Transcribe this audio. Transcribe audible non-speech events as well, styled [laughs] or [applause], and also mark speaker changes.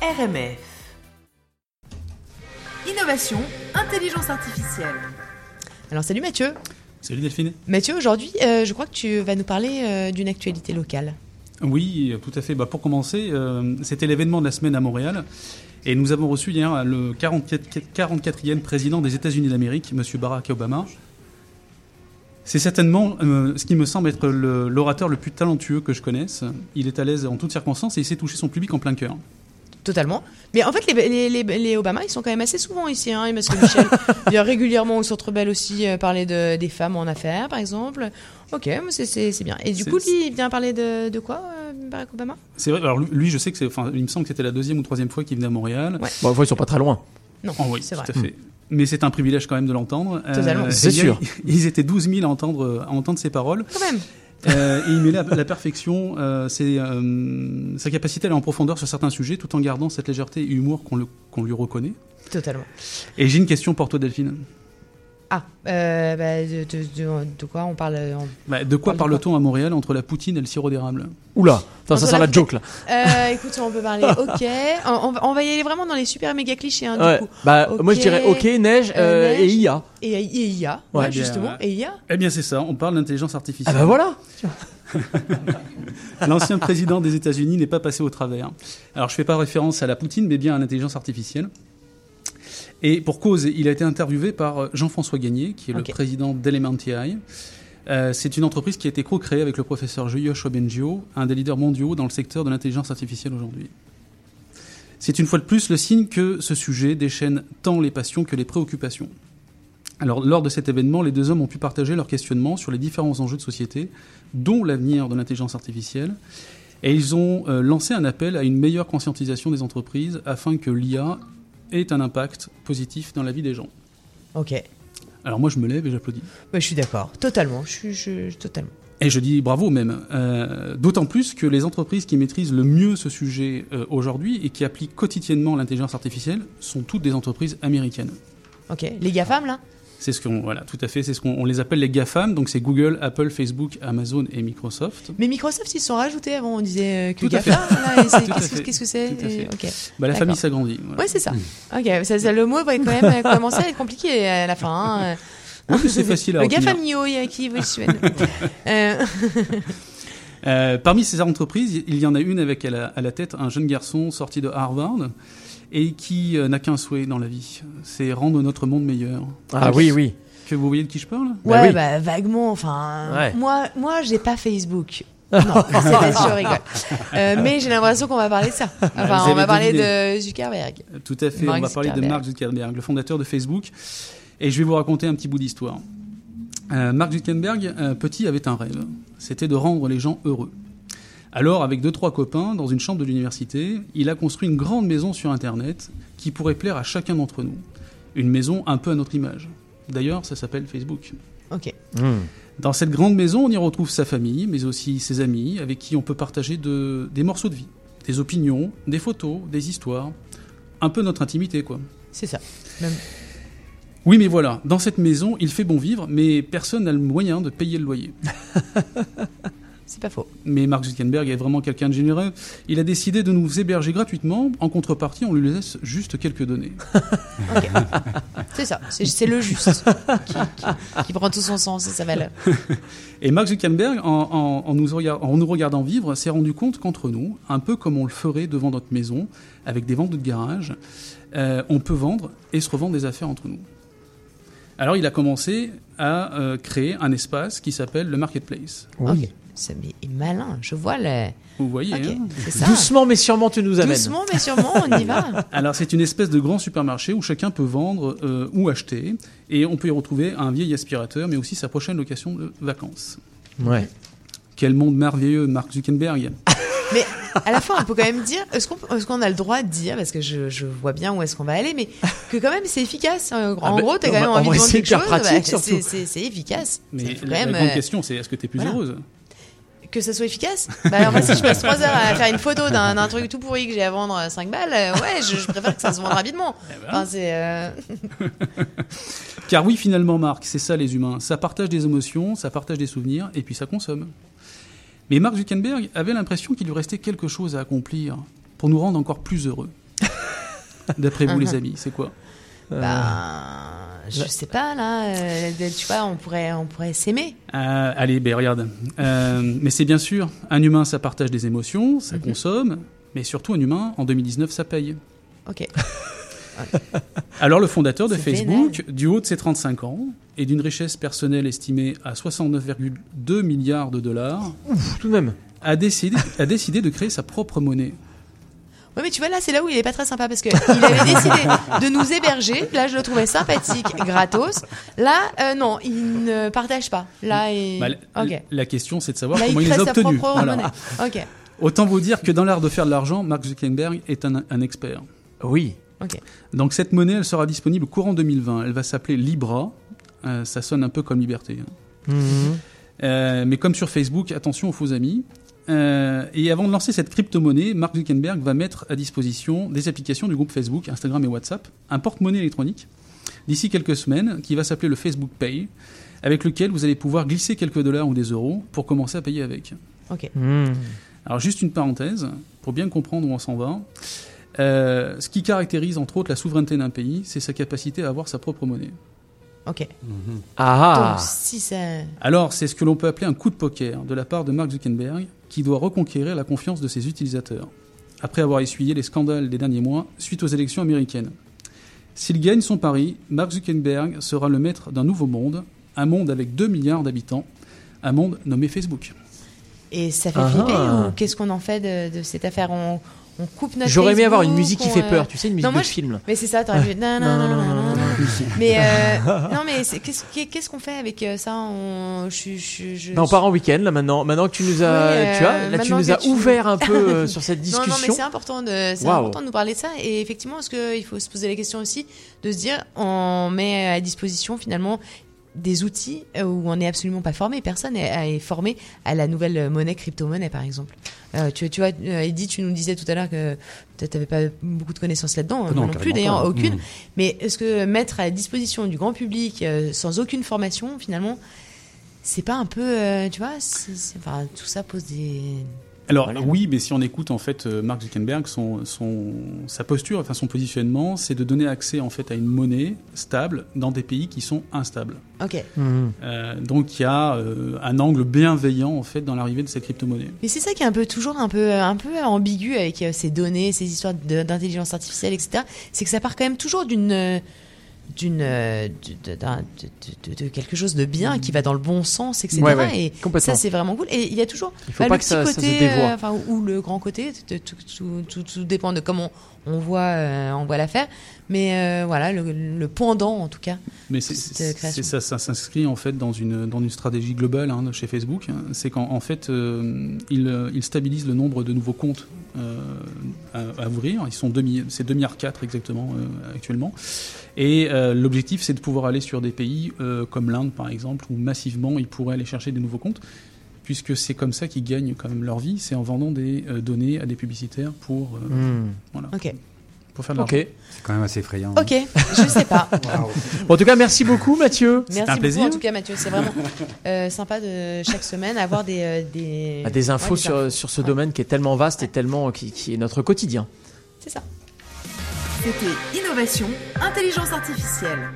Speaker 1: RMF. Innovation, intelligence artificielle.
Speaker 2: Alors salut Mathieu.
Speaker 3: Salut Delphine.
Speaker 2: Mathieu, aujourd'hui, euh, je crois que tu vas nous parler euh, d'une actualité locale.
Speaker 3: Oui, tout à fait. Bah, pour commencer, euh, c'était l'événement de la semaine à Montréal. Et nous avons reçu hier le 44, e président des États-Unis d'Amérique, M. Barack Obama. C'est certainement euh, ce qui me semble être le- l'orateur le, plus talentueux que je connaisse. Il est à l'aise en toutes circonstances et il sait toucher son public en plein cœur.
Speaker 2: Totalement. Mais en fait, les, les, les, les Obama, ils sont quand même assez souvent ici. Hein, parce que
Speaker 1: [laughs]
Speaker 2: Michel vient régulièrement au Centre Bell aussi euh, parler de, des femmes en affaires, par exemple. Ok, mais c'est- c'est c'est bien. Et du
Speaker 3: C'est-
Speaker 2: coup, lui, il vient parler de, de quoi, euh, Barack Obama
Speaker 3: C'est vrai, alors lui- lui, je sais que c'est. Enfin, il me semble que c'était la deuxième ou troisième fois qu'il venait à Montréal.
Speaker 2: Ouais.
Speaker 4: Bon, une fois, ils sont pas très loin.
Speaker 2: Non,
Speaker 3: Oh oui,
Speaker 2: c'est vrai.
Speaker 3: tout à fait. Mais c'est un privilège quand même de l'entendre.
Speaker 2: Totalement.
Speaker 3: et
Speaker 4: C'est
Speaker 3: il y a-
Speaker 4: sûr.
Speaker 3: [laughs] Ils étaient 12 000 à entendre, à entendre ses paroles.
Speaker 2: Quand même.
Speaker 3: Euh, et il met la, la perfection, euh, c'est, euh, sa capacité à aller en profondeur sur certains sujets tout en gardant cette légèreté et humour qu'on, le- qu'on lui reconnaît.
Speaker 2: Totalement.
Speaker 3: Et j'ai une question pour toi, Delphine.
Speaker 2: Ah, euh, bah, de, de- de- de quoi on parle euh, en-
Speaker 3: Bah, de quoi
Speaker 2: Parle de
Speaker 3: parle-t-on à Montréal entre la poutine et le sirop d'érable
Speaker 4: Oula, Attends,
Speaker 2: Entre
Speaker 4: ça sent
Speaker 2: la-
Speaker 4: la joke là.
Speaker 3: [laughs]
Speaker 2: Euh, Écoute, on peut parler. Ok. On, on va- on va y aller vraiment dans les super méga clichés. Hein,
Speaker 4: Ouais.
Speaker 2: du coup.
Speaker 4: Bah,
Speaker 2: Ok.
Speaker 4: moi je dirais ok, neige, euh,
Speaker 2: neige.
Speaker 4: et IA.
Speaker 2: Et et IA.
Speaker 4: Ouais,
Speaker 2: Ouais,
Speaker 3: bien,
Speaker 2: justement.
Speaker 3: ouais.
Speaker 2: Et IA.
Speaker 3: Eh bien, c'est ça, on parle d'intelligence
Speaker 4: Ah
Speaker 3: artificielle.
Speaker 4: bah voilà
Speaker 3: L'ancien président des États-Unis n'est pas passé au travers. Alors, je ne fais pas référence à la poutine, mais bien à l'intelligence artificielle. Et pour cause, il a été interviewé par euh, Jean-François Gagné, qui est
Speaker 2: Ok.
Speaker 3: le président d'Elementii. Euh, c'est une entreprise qui a été co-créée avec le professeur Joyosh Obenjio, un des leaders mondiaux dans le secteur de l'intelligence artificielle aujourd'hui. C'est une fois de plus le signe que ce sujet déchaîne tant les passions que les préoccupations. Alors, lors de cet événement, les deux hommes ont pu partager leurs questionnements sur les différents enjeux de société, dont l'avenir de l'intelligence artificielle, et ils ont euh, lancé un appel à une meilleure conscientisation des entreprises afin que l'IA ait un impact positif dans la vie des gens.
Speaker 2: Ok.
Speaker 3: Alors moi je me lève et j'applaudis.
Speaker 2: Bah, je suis d'accord. Totalement. Je suis je- je- totalement.
Speaker 3: Et je dis bravo même. Euh, D'autant plus que les entreprises qui maîtrisent le mieux ce sujet euh, aujourd'hui et qui appliquent quotidiennement l'intelligence artificielle sont toutes des entreprises américaines.
Speaker 2: Ok. Les GAFAM, là
Speaker 3: C'est ce qu'on voilà, tout à fait, c'est ce qu'on on les appelle les GAFAM, donc c'est Google, Apple, Facebook, Amazon et Microsoft.
Speaker 2: Mais Microsoft, ils se sont rajoutés avant. On disait euh, que
Speaker 3: Tout à
Speaker 2: GAFAM, là. et c'est-
Speaker 3: [laughs] Tout à
Speaker 2: Qu'est-ce que-
Speaker 3: fait.
Speaker 2: qu'est-ce que c'est
Speaker 3: Tout à
Speaker 2: et-
Speaker 3: fait. Mm.
Speaker 2: Ok.
Speaker 3: Bah, la
Speaker 2: D'accord.
Speaker 3: famille s'agrandit. voilà.
Speaker 2: Ouais, c'est ça. Ok. Ça, ça, le mot va quand même euh, commencer à être compliqué à la fin. hein.
Speaker 3: Oui, mais c'est [laughs] facile à
Speaker 2: Le
Speaker 3: retenir.
Speaker 2: GAFAM Nio, il y a qui
Speaker 3: [laughs]
Speaker 2: Volkswagen. Euh,
Speaker 3: Euh, parmi ces entreprises, il y en a une avec à la, à la tête un jeune garçon sorti de Harvard et qui euh, n'a qu'un souhait dans la vie, c'est rendre notre monde meilleur.
Speaker 4: Ah oui, oui.
Speaker 3: Que vous voyez de qui je parle
Speaker 2: Ouais,
Speaker 4: Bah oui.
Speaker 2: bah vaguement. Enfin,
Speaker 4: Ouais.
Speaker 2: moi, moi, j'ai pas Facebook. Non, [laughs] c'est pas sûr, je rigole. Euh, mais j'ai l'impression qu'on va parler de ça. Enfin,
Speaker 3: vous
Speaker 2: on va
Speaker 3: avez
Speaker 2: parler
Speaker 3: deviné.
Speaker 2: de Zuckerberg.
Speaker 3: Euh, Tout à fait,
Speaker 2: Mark
Speaker 3: on va parler de
Speaker 2: Zuckerberg.
Speaker 3: Mark Zuckerberg, le fondateur de Facebook. Et je vais vous raconter un petit bout d'histoire. Euh, Mark Zuckerberg, euh, petit, avait un rêve. C'était de rendre les gens heureux. Alors, avec deux, trois copains, dans une chambre de l'université, il a construit une grande maison sur Internet qui pourrait plaire à chacun d'entre nous. Une maison un peu à notre image. D'ailleurs, ça s'appelle Facebook.
Speaker 2: Ok.
Speaker 4: Hmm.
Speaker 3: Dans cette grande maison, on y retrouve sa famille, mais aussi ses amis, avec qui on peut partager de- des morceaux de vie, des opinions, des photos, des histoires, un peu notre intimité, quoi.
Speaker 2: C'est ça.
Speaker 3: Oui, mais voilà, dans cette maison, il fait bon vivre, mais personne n'a le moyen de payer le loyer.
Speaker 2: C'est pas faux.
Speaker 3: Mais Mark Zuckerberg est vraiment quelqu'un de généreux. Il a décidé de nous héberger gratuitement. En contrepartie, on lui laisse juste quelques données.
Speaker 2: Ok. c'est ça. C'est, c'est le juste qui, qui- qui prend tout son sens et sa valeur.
Speaker 3: Et Mark Zuckerberg, en, en- en nous, regard- en nous regardant vivre, s'est rendu compte qu'entre nous, un peu comme on le ferait devant notre maison, avec des ventes de garage, euh, on peut vendre et se revendre des affaires entre nous. Alors il a commencé à euh, créer un espace qui s'appelle le marketplace.
Speaker 4: Hmm.
Speaker 2: Ok. C'est mais, il est malin. Je vois le.
Speaker 3: Vous voyez.
Speaker 2: Ok.
Speaker 3: hein
Speaker 2: C'est ça.
Speaker 4: Doucement mais sûrement tu nous amènes.
Speaker 2: Doucement, mais sûrement, on y va.
Speaker 3: Alors c'est une espèce de grand supermarché où chacun peut vendre euh, ou acheter, et on peut y retrouver un vieil aspirateur, mais aussi sa prochaine location de vacances.
Speaker 4: Ouais.
Speaker 3: Quel monde merveilleux, Mark Zuckerberg
Speaker 2: Ah, Mais à la fin, on peut quand même dire, est-ce qu'on, est-ce qu'on a le droit de dire, parce que je, je vois bien où est-ce qu'on va aller, mais que quand même c'est efficace. En
Speaker 4: Ah
Speaker 2: en
Speaker 4: ben,
Speaker 2: gros, t'as
Speaker 4: on
Speaker 2: quand même
Speaker 4: va- on
Speaker 2: envie
Speaker 4: va
Speaker 2: de vendre
Speaker 4: essayer
Speaker 2: quelque
Speaker 4: de faire
Speaker 2: chose. bah,
Speaker 4: pratique,
Speaker 2: c'est,
Speaker 4: surtout.
Speaker 2: c'est- c'est efficace.
Speaker 3: Mais
Speaker 2: C'est quand
Speaker 3: la,
Speaker 2: même,
Speaker 3: grande
Speaker 2: euh,
Speaker 3: question, c'est est-ce que tu es plus
Speaker 2: voilà.
Speaker 3: heureuse
Speaker 2: que ça soit efficace. Bah alors moi, si je passe trois heures à faire une photo d'un, d'un truc tout pourri que j'ai à vendre 5 balles, euh, ouais, je, je préfère que ça se vende rapidement.
Speaker 3: Eh ben.
Speaker 2: Enfin, c'est. euh,
Speaker 3: Car oui, finalement, Marc, c'est ça les humains. Ça partage des émotions, ça partage des souvenirs, et puis ça consomme.
Speaker 2: [laughs]
Speaker 3: Mais Mark Zuckerberg avait l'impression qu'il lui restait quelque chose à accomplir pour nous rendre encore plus heureux. D'après vous,
Speaker 2: Uh-huh.
Speaker 3: les amis, c'est quoi
Speaker 4: Euh.
Speaker 2: Bah, je sais pas là. euh, tu vois, on pourrait, on pourrait s'aimer.
Speaker 3: Euh, Allez, ben regarde. Euh, mais c'est bien sûr, un humain, ça partage des émotions,
Speaker 2: Mhm.
Speaker 3: ça consomme, mais surtout un humain, en 2019, ça paye.
Speaker 2: Ok.
Speaker 3: Alors, le fondateur de
Speaker 2: C'est
Speaker 3: Facebook, du haut de ses 35 ans et d'une richesse personnelle estimée à 69,2 milliards de dollars,
Speaker 4: Pff, tout de même.
Speaker 3: a décidé, a décidé de créer sa propre monnaie.
Speaker 2: Ouais, mais tu vois, là, c'est là où il est pas très sympa parce que il avait décidé de nous héberger. Là, je le trouvais sympathique, gratos. Là, euh, non, il ne partage pas. Là, il.
Speaker 3: Bah, l-
Speaker 2: ok.
Speaker 3: La question, c'est de savoir
Speaker 2: Là, il
Speaker 3: comment il
Speaker 2: crée
Speaker 3: les a
Speaker 2: sa
Speaker 3: obtenus.
Speaker 2: propre
Speaker 3: Voilà.
Speaker 2: monnaie. Ok.
Speaker 3: Autant vous dire que dans l'art de faire de l'argent, Mark Zuckerberg est un, un expert.
Speaker 4: Oui.
Speaker 2: Ok.
Speaker 3: Donc cette monnaie, elle sera disponible courant 2020. Elle va s'appeler Libra. Euh, ça sonne un peu comme liberté. hein. Euh, mais comme sur Facebook, attention aux faux amis. Euh, et avant de lancer cette crypto-monnaie, Mark Zuckerberg va mettre à disposition des applications du groupe Facebook, Instagram et WhatsApp, un porte-monnaie électronique d'ici quelques semaines qui va s'appeler le Facebook Pay, avec lequel vous allez pouvoir glisser quelques dollars ou des euros pour commencer à payer avec.
Speaker 2: Ok.
Speaker 4: Mhm.
Speaker 3: Alors juste une parenthèse, pour bien comprendre où on s'en va. Euh, ce qui caractérise entre autres la souveraineté d'un pays, c'est sa capacité à avoir sa propre monnaie.
Speaker 2: Ok.
Speaker 4: Ah
Speaker 2: Donc, si ça.
Speaker 3: Alors c'est ce que l'on peut appeler un coup de poker de la part de Mark Zuckerberg, qui doit reconquérir la confiance de ses utilisateurs, après avoir essuyé les scandales des derniers mois suite aux élections américaines. S'il gagne son pari, Mark Zuckerberg sera le maître d'un nouveau monde, un monde avec 2 milliards d'habitants, un monde nommé Facebook.
Speaker 2: Et ça fait
Speaker 4: Ah.
Speaker 2: flipper ou qu'est-ce qu'on en fait de, de cette affaire on, on coupe notre.
Speaker 4: J'aurais aimé avoir une
Speaker 2: Facebook,
Speaker 4: musique qui
Speaker 2: on,
Speaker 4: fait
Speaker 2: euh,
Speaker 4: peur, tu sais, une musique
Speaker 2: Non, moi,
Speaker 4: de
Speaker 2: je-
Speaker 4: film. Ah.
Speaker 2: Mais c'est ça, t'aurais pu. Non, non, non, non, non, non. Mais
Speaker 4: [laughs]
Speaker 2: euh, non, mais c'est- qu'est-ce qu'est- qu'est-ce qu'on fait avec euh, ça On, je, je, je-
Speaker 4: Non, on part en week-end là maintenant. Maintenant que tu nous as,
Speaker 2: Oui, euh,
Speaker 4: tu vois, là tu
Speaker 2: maintenant
Speaker 4: nous
Speaker 2: que
Speaker 4: as
Speaker 2: tu-
Speaker 4: ouvert un peu euh, sur
Speaker 2: [laughs]
Speaker 4: cette
Speaker 2: Non,
Speaker 4: discussion.
Speaker 2: non, mais c'est important de, c'est
Speaker 4: Waouh.
Speaker 2: important de nous parler de ça. Et effectivement, est-ce qu'il faut se poser la question aussi de se dire, on met à disposition finalement des outils euh, où on n'est absolument pas formé. Personne n'est euh, est formé à la nouvelle euh, monnaie, crypto-monnaie par exemple. Euh, tu, tu vois, euh, Eddy, tu nous disais tout à l'heure que tu n'avais pas beaucoup de connaissances là-dedans, hein,
Speaker 5: Non,
Speaker 2: moi non plus
Speaker 5: carrément
Speaker 2: d'ailleurs,
Speaker 5: pas. Mmh.
Speaker 2: aucune. Mais est-ce que mettre à la disposition du grand public euh, sans aucune formation, finalement, c'est pas un peu, euh, tu vois, c'est- c'est- enfin, tout ça pose des.
Speaker 3: Alors
Speaker 2: Voilà.
Speaker 3: oui, mais si on écoute en fait euh, Mark Zuckerberg, son, son- sa posture, enfin son positionnement, c'est de donner accès en fait à une monnaie stable dans des pays qui sont instables.
Speaker 2: Ok.
Speaker 4: Mhm.
Speaker 3: Euh, donc il y a euh, un angle bienveillant en fait dans l'arrivée de ces crypto-monnaies.
Speaker 2: Mais c'est ça qui est un peu toujours un peu euh, un peu ambigu avec euh, ces données, ces histoires de- d'intelligence artificielle, etc. C'est que ça part quand même toujours d'une euh, d'une euh, de, de- d'un- de- de- de- de quelque chose de bien qui va dans le bon sens, etc.
Speaker 4: Ouais, ouais,
Speaker 2: et ça
Speaker 4: complètement.
Speaker 2: c'est vraiment cool. Et il y a toujours bah,
Speaker 4: Il faut
Speaker 2: le
Speaker 4: pas que
Speaker 2: petit
Speaker 4: ça- ça se
Speaker 2: côté,
Speaker 4: dévoie.
Speaker 2: euh, enfin, ou le grand côté. Tout, tout- tout- tout- tout dépend de comment on voit euh, on voit l'affaire. Mais euh, voilà le, le pendant en tout cas.
Speaker 3: Mais c'est-
Speaker 2: Cette,
Speaker 3: c'est-
Speaker 2: euh, création.
Speaker 3: c'est- ça, ça s'inscrit en fait dans une, dans une stratégie globale hein, chez Facebook. hein. C'est qu'en en fait, euh, ils, euh, ils stabilisent le nombre de nouveaux comptes euh, à, à ouvrir. Ils sont 2 mi- c'est 2 milliards 4 exactement euh, actuellement. Et euh, l'objectif, c'est de pouvoir aller sur des pays euh, comme l'Inde par exemple, où massivement ils pourraient aller chercher des nouveaux comptes, puisque c'est comme ça qu'ils gagnent quand même leur vie. C'est en vendant des euh, données à des publicitaires pour, euh,
Speaker 4: Mhm.
Speaker 3: voilà,
Speaker 2: Mm. Ok.
Speaker 3: pour faire de l'argent.
Speaker 4: Ok.
Speaker 5: C'est quand même assez effrayant.
Speaker 2: Ok. Je sais pas.
Speaker 4: Bon, en tout cas, merci beaucoup, Mathieu.
Speaker 2: Merci
Speaker 3: un
Speaker 2: beaucoup
Speaker 3: plaisir.
Speaker 2: en tout cas Mathieu, c'est
Speaker 4: [laughs]
Speaker 2: vraiment euh, sympa de chaque semaine avoir des euh, des,
Speaker 4: Ah, des infos
Speaker 2: ouais,
Speaker 4: sur, sur ce domaine qui est tellement vaste et tellement euh, qui, qui est notre quotidien.
Speaker 2: C'est ça.
Speaker 1: C'était Innovation, Intelligence Artificielle.